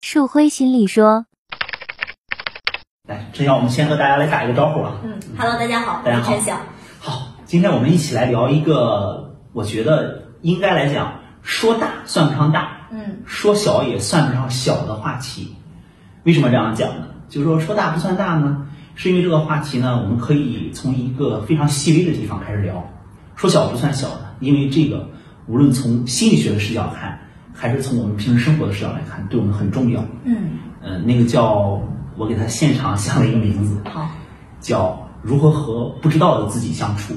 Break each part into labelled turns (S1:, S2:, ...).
S1: 树辉心里说
S2: 来，春瑶，我们先和大家来打一个招呼啊。
S3: 嗯，Hello，大家好，我
S2: 大家
S3: 是
S2: 好
S3: 陈晓。
S2: 好，今天我们一起来聊一个，我觉得应该来讲，说大算不上大，
S3: 嗯
S2: 说小也算不上小的话题。为什么这样讲呢？就是说说大不算大呢，是因为这个话题呢，我们可以从一个非常细微的地方开始聊。说小不算小的，因为这个无论从心理学的视角看，还是从我们平时生活的视角来看，对我们很重要。
S3: 嗯，
S2: 嗯、那个叫我给它现场想了一个名字，
S3: 好
S2: 叫如何和不知道的自己相处。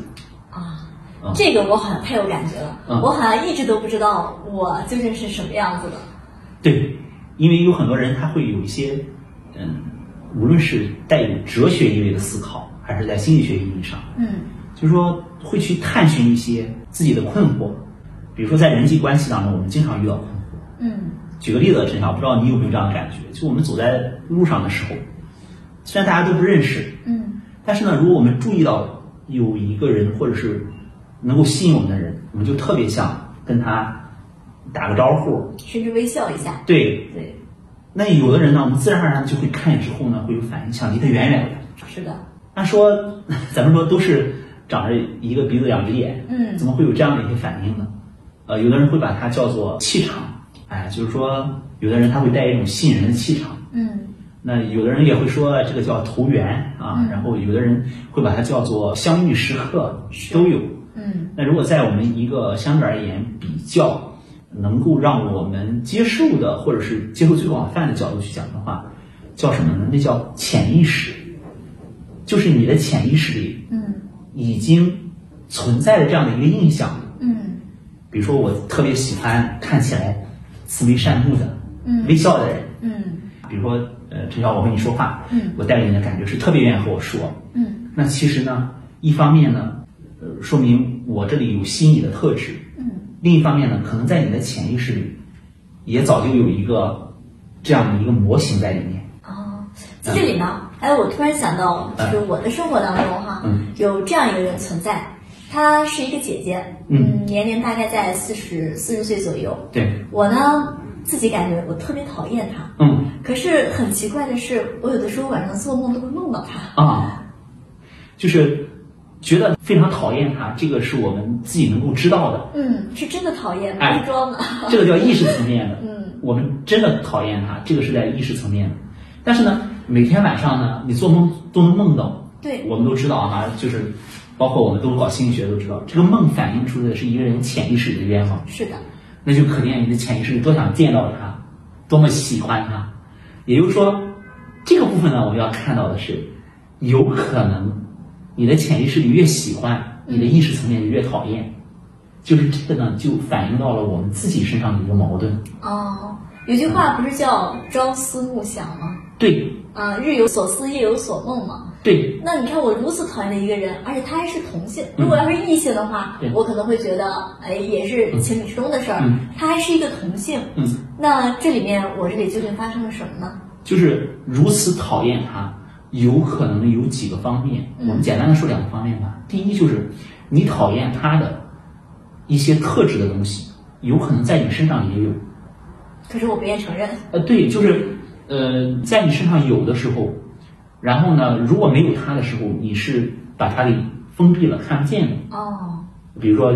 S3: 啊
S2: 嗯，
S3: 这个我好像太有感觉了，
S2: 嗯
S3: 我好像一直都不知道我究竟是什么样子的。
S2: 对，因为有很多人他会有一些，嗯，无论是带有哲学意味的思考，还是在心理学意义上，
S3: 嗯
S2: 就是说会去探寻一些自己的困惑。比如说在人际关系当中，我们经常遇到困惑。
S3: 嗯
S2: 举个例子，陈晓，不知道你有没有这样的感觉？就我们走在路上的时候，虽然大家都不认识，
S3: 嗯
S2: 但是呢，如果我们注意到有一个人或者是能够吸引我们的人，我们就特别想跟他打个招呼。
S3: 甚至微笑一下。
S2: 对，
S3: 对，
S2: 那有的人呢，我们自然而然就会看见之后呢，会有反应，想离他远远的。
S3: 是的。
S2: 按说，呃咱们说都是长着一个鼻子两只眼，
S3: 嗯
S2: 怎么会有这样的一些反应呢？呃，有的人会把它叫做气场，哎，就是说，有的人他会带一种吸引人的气场，
S3: 嗯
S2: 那有的人也会说这个叫投缘啊，
S3: 嗯
S2: 然后有的人会把它叫做相遇时刻，都有。
S3: 嗯
S2: 那如果在我们一个相对而言比较能够让我们接受的，或者是接受最广泛的角度去讲的话，叫什么呢？那叫潜意识，就是你的潜意识里
S3: 嗯
S2: 已经存在的这样的一个印象。
S3: 嗯
S2: 比如说，我特别喜欢看起来慈眉善目的、
S3: 嗯
S2: 微笑的人，
S3: 嗯
S2: 比如说，呃，陈晓，我和你说话，
S3: 嗯
S2: 我带给你的感觉是特别愿意和我说。
S3: 嗯
S2: 那其实呢，一方面呢，呃，说明我这里有吸引你的特质；
S3: 嗯
S2: 另一方面呢，可能在你的潜意识里，也早就有一个这样的一个模型在里面。
S3: 哦，在这里呢，哎，我突然想到，就是我的生活当中哈
S2: 哎嗯，
S3: 有这样一个人存在，她是一个姐姐，
S2: 嗯
S3: 嗯，年龄大概在四十四十岁左右。
S2: 对，
S3: 我呢，自己感觉我特别讨厌她。
S2: 嗯
S3: 可是很奇怪的是，我有的时候晚上做梦都会梦到他。
S2: 啊，就是觉得非常讨厌他，这个是我们自己能够知道的，
S3: 嗯，是真的讨厌，不
S2: 哎
S3: 是装的。
S2: 这个叫意识层面的。
S3: 嗯
S2: 我们真的讨厌他，这个是在意识层面的。但是呢，每天晚上呢，你做梦都能梦到。
S3: 对，
S2: 我们都知道哈、就是包括我们都搞心理学都知道，这个梦反映出的是一个人潜意识里的愿望，
S3: 是的，
S2: 那就可见你的潜意识里多想见到他，多么喜欢他。也就是说，这个部分呢，我们要看到的是，有可能你的潜意识里越喜欢，你的意识层面就越讨厌。就是这个呢，就反映到了我们自己身上的一个矛盾。
S3: 哦，有句话不是叫“朝思暮想”吗？
S2: 对
S3: 啊，日有所思，夜有所梦嘛。
S2: 对，
S3: 那你看我如此讨厌的一个人，而且他还是同性。
S2: 嗯
S3: 如果要是异性的话，
S2: 对
S3: 我可能会觉得，哎，也是情理之中的事儿。
S2: 嗯
S3: 他还是一个同性，
S2: 嗯，
S3: 那这里面我这里究竟发生了什么呢？
S2: 就是如此讨厌他，有可能有几个方面，
S3: 嗯
S2: 我们简单的说两个方面吧。第一就是你讨厌他的一些特质的东西，有可能在你身上也有。
S3: 可是我不愿承认。
S2: 呃，对，就是呃，在你身上有的时候，然后呢，如果没有他的时候，你是把他给封闭了，看不见的。
S3: 哦，
S2: 比如说，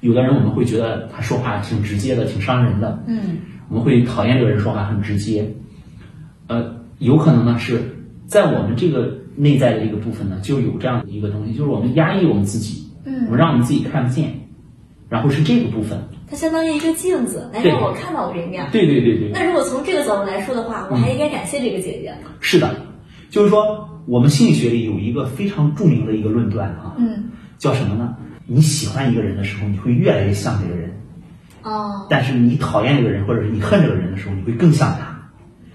S2: 有的人我们会觉得他说话挺直接的，挺伤人的，
S3: 嗯
S2: 我们会讨厌这个人说话很直接。呃，有可能呢是在我们这个内在的一个部分呢，就有这样的一个东西，就是我们压抑我们自己，我们
S3: 嗯，
S2: 让我们自己看不见，然后是这个部分。
S3: 它相当于一个镜子，来让我看到我这一面。
S2: 对对对对，
S3: 那如果从这个角度来说的话，我还应该感谢这个姐姐。
S2: 是的，就是说我们心理学里有一个非常著名的一个论断啊，
S3: 嗯，
S2: 叫什么呢？你喜欢一个人的时候，你会越来越像这个人；
S3: 哦
S2: 但是你讨厌这个人，或者是你恨这个人的时候，你会更像他。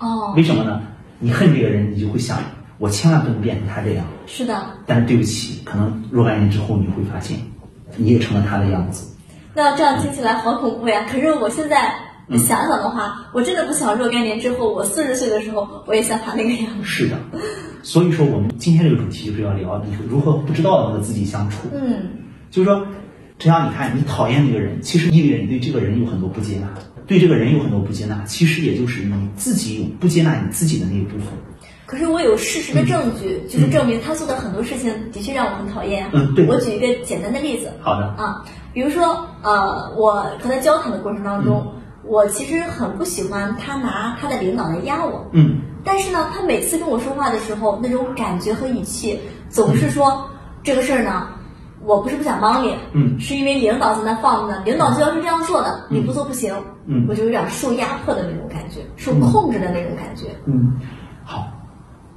S3: 哦，
S2: 为什么呢？你恨这个人，你就会想，我千万不能变成他这样。
S3: 是的。
S2: 但是对不起，可能若干年之后你会发现，你也成了他的样子。
S3: 那这样听起来好恐怖呀！可是我现在
S2: 嗯
S3: 想想的话，我真的不想若干年之后，我四十岁的时候，我也像她那个样子。
S2: 是的，所以说我们今天这个主题就是要聊你如何不知道的和自己相处。
S3: 嗯
S2: 就是说，陈阳，你看你讨厌这个人，其实意味着你对这个人有很多不接纳。对这个人有很多不接纳，其实也就是你自己有不接纳你自己的那一部分。
S3: 可是我有事实的证据，就是证明他做的很多事情的确让我很讨厌啊。
S2: 嗯对
S3: 我举一个简单的例子
S2: 好的，
S3: 啊，比如说呃，我和他交谈的过程当中，我其实很不喜欢他拿他的领导来压我，
S2: 嗯
S3: 但是呢，他每次跟我说话的时候，那种感觉和语气总是说、这个事儿呢，我不是不想帮你，
S2: 嗯
S3: 是因为领导在那放着呢，领导就要是这样做的，你不做不行，
S2: 嗯
S3: 我就有点受压迫的那种感觉，受控制的那种感觉。
S2: 嗯，好。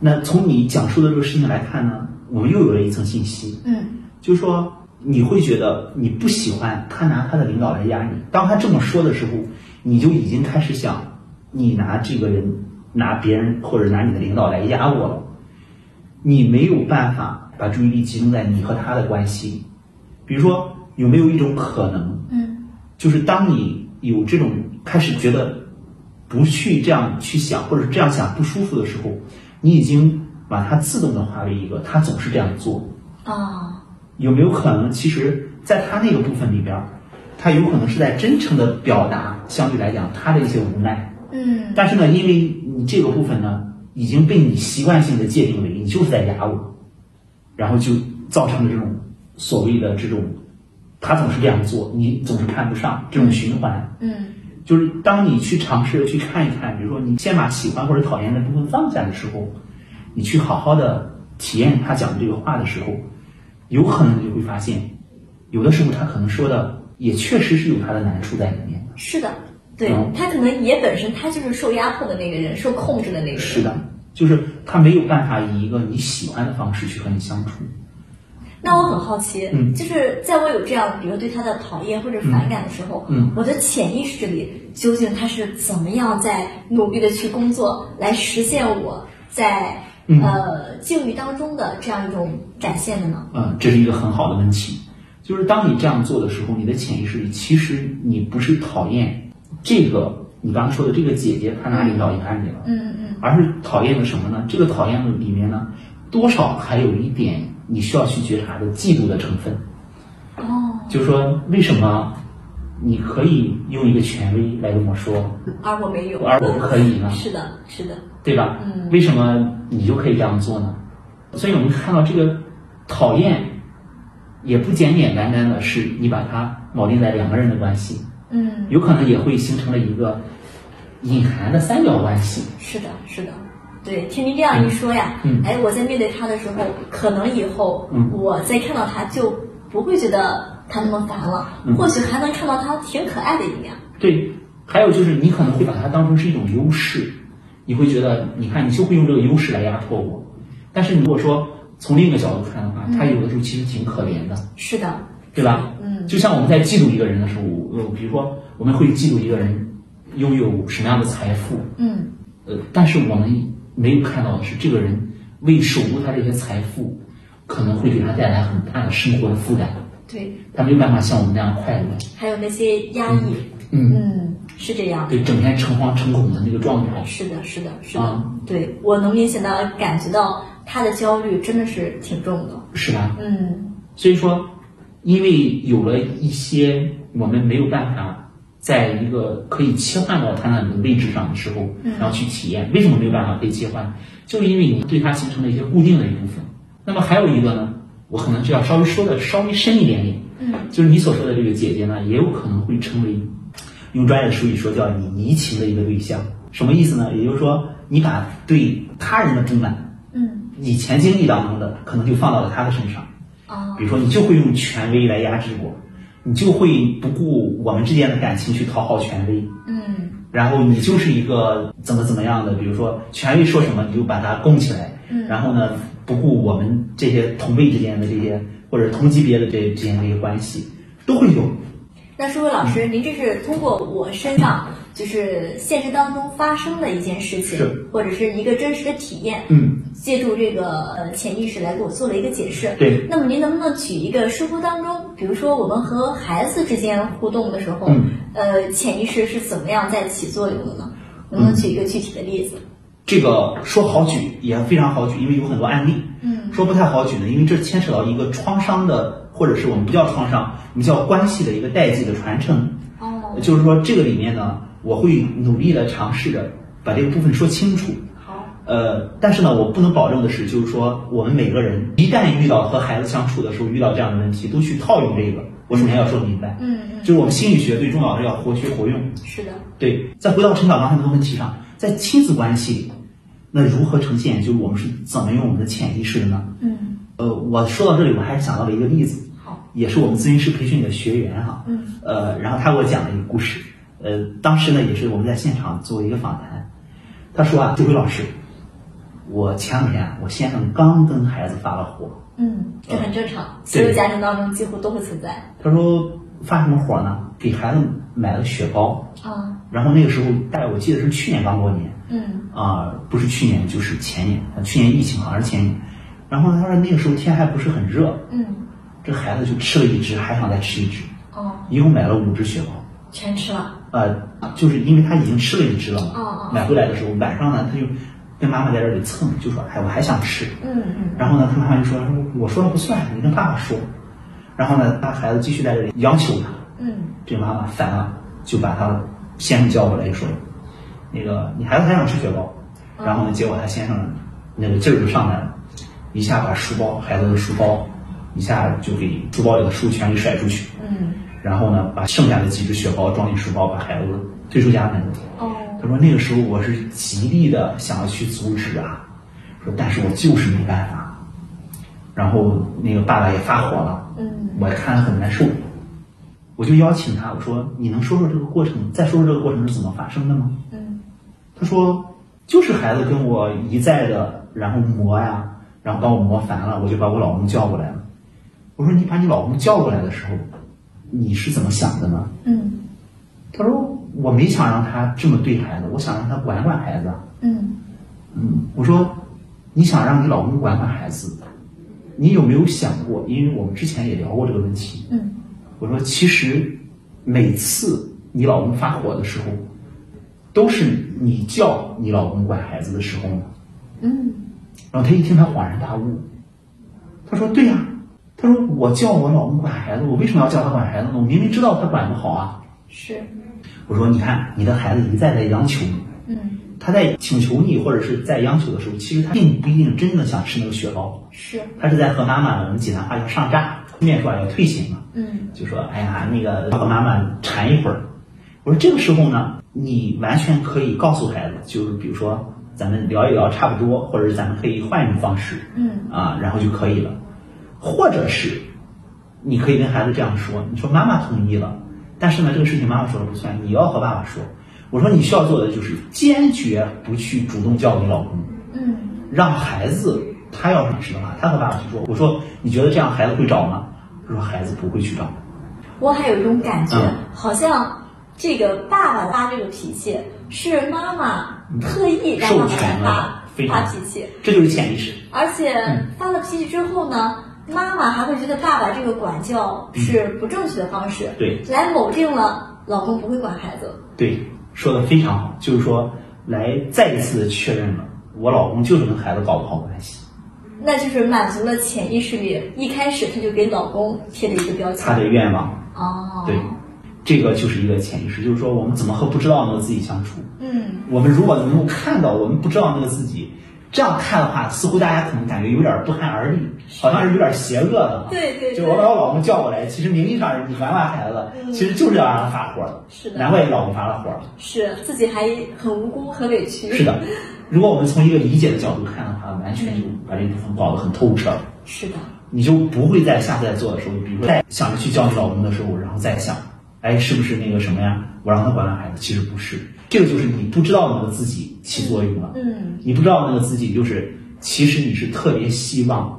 S2: 那从你讲述的这个事情来看呢，我们又有了一层信息，
S3: 嗯
S2: 就是说你会觉得你不喜欢他拿他的领导来压你。当他这么说的时候，你就已经开始想，你拿这个人、拿别人或者拿你的领导来压我了。你没有办法把注意力集中在你和他的关系。比如说，有没有一种可能，
S3: 嗯
S2: 就是当你有这种开始觉得不去这样去想，或者是这样想不舒服的时候，你已经把它自动的化为一个他总是这样做，
S3: 啊
S2: 有没有可能，其实在他那个部分里边儿，他有可能是在真诚的表达，相对来讲他的一些无奈。
S3: 嗯
S2: 但是呢，因为你这个部分呢，已经被你习惯性的界定为你就是在压我，然后就造成了这种所谓的这种，他总是这样做，你总是看不上这种循环。
S3: 嗯
S2: 就是当你去尝试去看一看，比如说你先把喜欢或者讨厌的部分放下的时候，你去好好的体验他讲的这个话的时候，有可能你就会发现，有的时候他可能说的也确实是有他的难处在里面。
S3: 是的，对、
S2: 嗯
S3: 他可能也本身他就是受压迫的那个人，受控制的那个人。
S2: 是的，就是他没有办法以一个你喜欢的方式去和你相处。
S3: 那我很好奇，
S2: 嗯
S3: 就是在我有这样，比如对他的讨厌或者反感的时候，
S2: 嗯
S3: 我的潜意识里究竟他是怎么样在努力的去工作，来实现我在、
S2: 嗯
S3: 呃境遇当中的这样一种展现的呢？
S2: 嗯，这是一个很好的问题。就是当你这样做的时候，你的潜意识里其实你不是讨厌这个你刚刚说的这个姐姐，她拿领导压你了。
S3: 嗯嗯
S2: 而是讨厌的什么呢？这个讨厌的里面呢，多少还有一点你需要去觉察的嫉妒的成分。
S3: 哦，
S2: 就是说，为什么你可以用一个权威来跟我说，
S3: 而我没有，
S2: 而我不可以呢？
S3: 是的，是的，
S2: 对吧？
S3: 嗯
S2: 为什么你就可以这样做呢？所以我们看到这个讨厌，也不简简单单的是你把它锚定在两个人的关系，
S3: 嗯，
S2: 有可能也会形成了一个隐含的三角关系。
S3: 是的，是的。对，听您这样一说呀，
S2: 嗯
S3: 哎，我在面对他的时候，可能以后
S2: 嗯
S3: 我再看到他就不会觉得他那么烦了，
S2: 嗯
S3: 或许还能看到他挺可爱的一面。
S2: 对，还有就是你可能会把它当成是一种优势，你会觉得，你看你就会用这个优势来压迫我。但是你如果说从另一个角度看的话，他有的时候其实挺可怜的，
S3: 是的，
S2: 对吧？
S3: 嗯
S2: 就像我们在嫉妒一个人的时候，呃，比如说我们会嫉妒一个人拥有什么样的财富，
S3: 嗯
S2: 呃，但是我们没有看到的是，这个人为守护他这些财富，可能会给他带来很大的生活的负担，，
S3: 对，
S2: 他没有办法像我们那样快乐。
S3: 还有那些压抑，
S2: 嗯，
S3: 嗯，是这样。
S2: 对，整天诚惶诚恐的那个状态。
S3: 是的，是的，是的，
S2: 啊
S3: 对我能明显的感觉到他的焦虑真的是挺重的。
S2: 是吧？
S3: 嗯
S2: 所以说，因为有了一些我们没有办法在一个可以切换到他那个位置上的时候，然后去体验。为什么没有办法被切换？就是因为你对它形成了一些固定的一部分。那么还有一个呢，我可能就要稍微说的稍微深一点点，
S3: 嗯，
S2: 就是你所说的这个姐姐呢，也有可能会成为用专业的术语说叫你移情的一个对象。什么意思呢？也就是说，你把对他人的不满，
S3: 嗯
S2: 以前经历当中的，可能就放到了他的身上。
S3: 啊
S2: 比如说，你就会用权威来压制我，你就会不顾我们之间的感情去讨好权威，
S3: 嗯
S2: 然后你就是一个怎么怎么样的，比如说权威说什么你就把它供起来，
S3: 嗯
S2: 然后呢不顾我们这些同辈之间的这些或者同级别的这之间的一个关系都会有，
S3: 那舒伟老师，
S2: 嗯
S3: 您这是通过我身上就是现实当中发生的一件事情
S2: 是，
S3: 或者是一个真实的体验，
S2: 嗯，
S3: 借助这个呃潜意识来给我做了一个解释。
S2: 对
S3: 那么您能不能举一个生活当中，比如说我们和孩子之间互动的时候，
S2: 嗯
S3: 呃，潜意识是怎么样在起作用的呢？
S2: 嗯
S3: 能不能举一个具体的例子？
S2: 这个说好举也非常好举，因为有很多案例，
S3: 嗯
S2: 说不太好举呢，因为这牵扯到一个创伤的，或者是我们不叫创伤，我们叫关系的一个代际的传承。
S3: 哦，
S2: 就是说这个里面呢，我会努力的尝试着把这个部分说清楚。
S3: 好，
S2: 呃，但是呢，我不能保证的是，就是说我们每个人一旦遇到和孩子相处的时候遇到这样的问题，都去套用这个。我首先要说明白，
S3: 嗯嗯，
S2: 就是我们心理学最重要的要活学活用。
S3: 是的，
S2: 对，再回到陈导刚才那个问题上，在亲子关系里，那如何呈现？就是我们是怎么用我们的潜意识的呢？
S3: 嗯，
S2: 呃，我说到这里，我还是想到了一个例子，
S3: 好，
S2: 也是我们咨询师培训的学员哈、
S3: 嗯，
S2: 呃，然后他给我讲了一个故事，呃，当时呢也是我们在现场做一个访谈，他说啊，周辉老师，我前两天啊我先生刚跟孩子发了火，
S3: 嗯，这很正常，所
S2: 啊对
S3: 有家庭当中几乎都会存在。
S2: 他说发什么火呢？给孩子买了雪糕，
S3: 啊，
S2: 然后那个时候大概我记得是去年刚过年，
S3: 嗯
S2: 啊、不是去年就是前年，呃去年疫情好像是前年，然后呢他说那个时候天还不是很热，
S3: 嗯，
S2: 这孩子就吃了一只，还想再吃一只，
S3: 哦，
S2: 一共买了五只雪糕。
S3: 全吃了。
S2: 呃，就是因为他已经吃了一只了嘛，
S3: 嗯嗯
S2: 买回来的时候晚上呢，他就跟妈妈在这里蹭，就说：“哎，我还想吃。
S3: 嗯嗯”
S2: 然后呢，他妈妈就说：“说我说了不算，你跟爸爸说。”然后呢，他孩子继续在这里央求他，
S3: 嗯，
S2: 这个妈妈烦了，就把他先生叫过来就说：“那个你孩子还想吃雪糕。”然后呢，结果他先生那个劲儿就上来了，一下把书包孩子的书包一下就给书包里的书全给甩出去。
S3: 嗯，
S2: 然后呢，把剩下的几只雪糕装进书包，把孩子推出家门。
S3: 哦，
S2: 他说那个时候我是极力的想要去阻止啊，说但是我就是没办法。然后那个爸爸也发火了，
S3: 嗯
S2: 我看了很难受，我就邀请他，我说你能说说这个过程，再说说这个过程是怎么发生的吗？
S3: 嗯
S2: 他说就是孩子跟我一再的然后磨呀、然后把我磨烦了，我就把我老公叫过来了。我说你把你老公叫过来的时候，你是怎么想的呢？
S3: 嗯
S2: 他说我没想让他这么对孩子，我想让他管管孩子。
S3: 嗯
S2: 嗯，我说你想让你老公管管孩子，你有没有想过？因为我们之前也聊过这个问题。
S3: 嗯，
S2: 我说其实每次你老公发火的时候，都是你叫你老公管孩子的时候呢。
S3: 嗯
S2: 然后他一听，他恍然大悟，他说对呀、他说我叫我老公管孩子，我为什么要叫他管孩子呢？我明明知道他管不好啊。
S3: 是，
S2: 我说你看，你的孩子一再在央求你。
S3: 嗯
S2: 他在请求你或者是在央求的时候，其实他并不一定真的想吃那个雪糕，
S3: 是，
S2: 他是在和妈妈，我们济南话叫上炸，面说啊要退行了，
S3: 嗯
S2: 就说哎呀那个和妈妈缠一会儿。我说这个时候呢，你完全可以告诉孩子，就是比如说咱们聊一聊差不多，或者是咱们可以换一种方式
S3: 嗯
S2: 啊，然后就可以了，或者是你可以跟孩子这样说，你说妈妈同意了，但是呢这个事情妈妈说了不算，你要和爸爸说。我说你需要做的就是坚决不去主动叫你老公，
S3: 嗯
S2: 让孩子他要是知道话，他和爸爸去说。我说你觉得这样孩子会找吗？他说孩子不会去找。
S3: 我还有一种感觉，
S2: 嗯
S3: 好像这个爸爸发这个脾气是妈妈特意让爸
S2: 授
S3: 爸
S2: 权
S3: 来
S2: 了，
S3: 发
S2: 非常
S3: 发脾气，，
S2: 这就是潜意识。
S3: 而且发了脾气之后呢，妈妈还会觉得爸爸这个管教是不正确的方式，
S2: 对
S3: 来否定了老公不会管孩子。
S2: 对，说的非常好，就是说来再一次的确认了，我老公就是跟孩子搞不好关系，
S3: 那就是满足了潜意识里一开始他就给老公贴的一个标
S2: 他
S3: 签。
S2: 的愿望。
S3: 哦，
S2: 对，这个就是一个潜意识，就是说我们怎么和不知道那个自己相处。
S3: 嗯
S2: 我们如果能够看到我们不知道那个自己，这样看的话，似乎大家可能感觉有点不寒而栗，好像是有点邪恶的。
S3: 对对对
S2: 就我把我老公叫过来，其实名义上是你管管孩子，
S3: 嗯
S2: 其实就是要让他发火的。
S3: 是的
S2: 难怪你老公发了火了。
S3: 是自己还很无辜、很委屈。
S2: 是的， 如果我们从一个理解的角度看的话，完全就把这部分搞得很透彻。
S3: 是的，
S2: 你就不会在下次再做的时候，比如说在想着去教你老公的时候，然后再想，哎，是不是那个什么呀？我让他管管孩子，其实不是，这个就是你不知道那个自己起作用了。
S3: 嗯，
S2: 你不知道那个自己就是，其实你是特别希望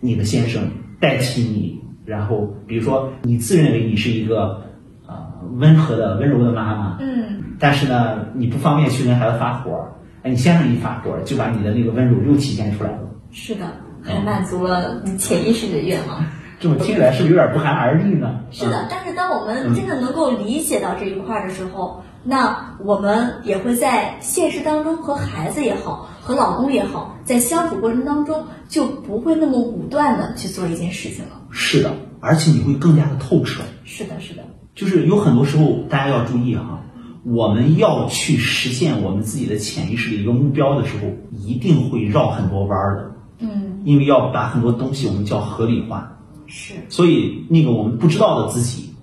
S2: 你的先生代替你，然后比如说你自认为你是一个呃温和的、温柔的妈妈，
S3: 嗯
S2: 但是呢，你不方便去跟孩子发火，哎，你先生一发火，就把你的那个温柔又体现出来了。
S3: 是的，还满足了你潜意识里的愿望。
S2: 这么听起来是不是有点不寒而栗呢？嗯
S3: 是的，但是当我们真的能够理解到这一块儿的时候，那我们也会在现实当中和孩子也好，和老公也好，在相处过程当中就不会那么武断的去做一件事情了
S2: 嗯，。是的，而且你会更加的透彻。
S3: 是的，是的，
S2: 就是有很多时候大家要注意哈、啊我们要去实现我们自己的潜意识的一个目标的时候，一定会绕很多弯儿的，
S3: 嗯，
S2: 因为要把很多东西我们叫合理化。
S3: 是，
S2: 所以那个我们不知道的自己，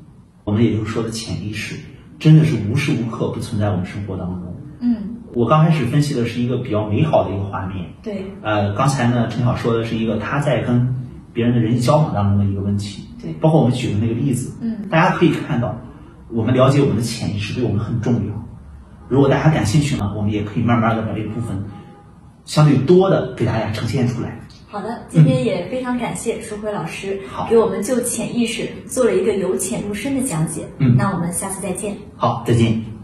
S2: 我们也就是说的潜意识，真的是无时无刻不存在我们生活当中。
S3: 嗯，
S2: 我刚开始分析的是一个比较美好的一个画面，
S3: 对
S2: 呃，刚才呢，陈晓说的是一个他在跟别人的人际交往当中的一个问题，
S3: 对
S2: 包括我们举的那个例子，
S3: 嗯，
S2: 大家可以看到，我们了解我们的潜意识对我们很重要。如果大家感兴趣呢，我们也可以慢慢的把这部分相对多的给大家呈现出来。
S3: 好的，今天也非常感谢舒辉老师
S2: 嗯好
S3: 给我们就潜意识做了一个由浅入深的讲解。
S2: 嗯
S3: 那我们下次再见。
S2: 好，再见。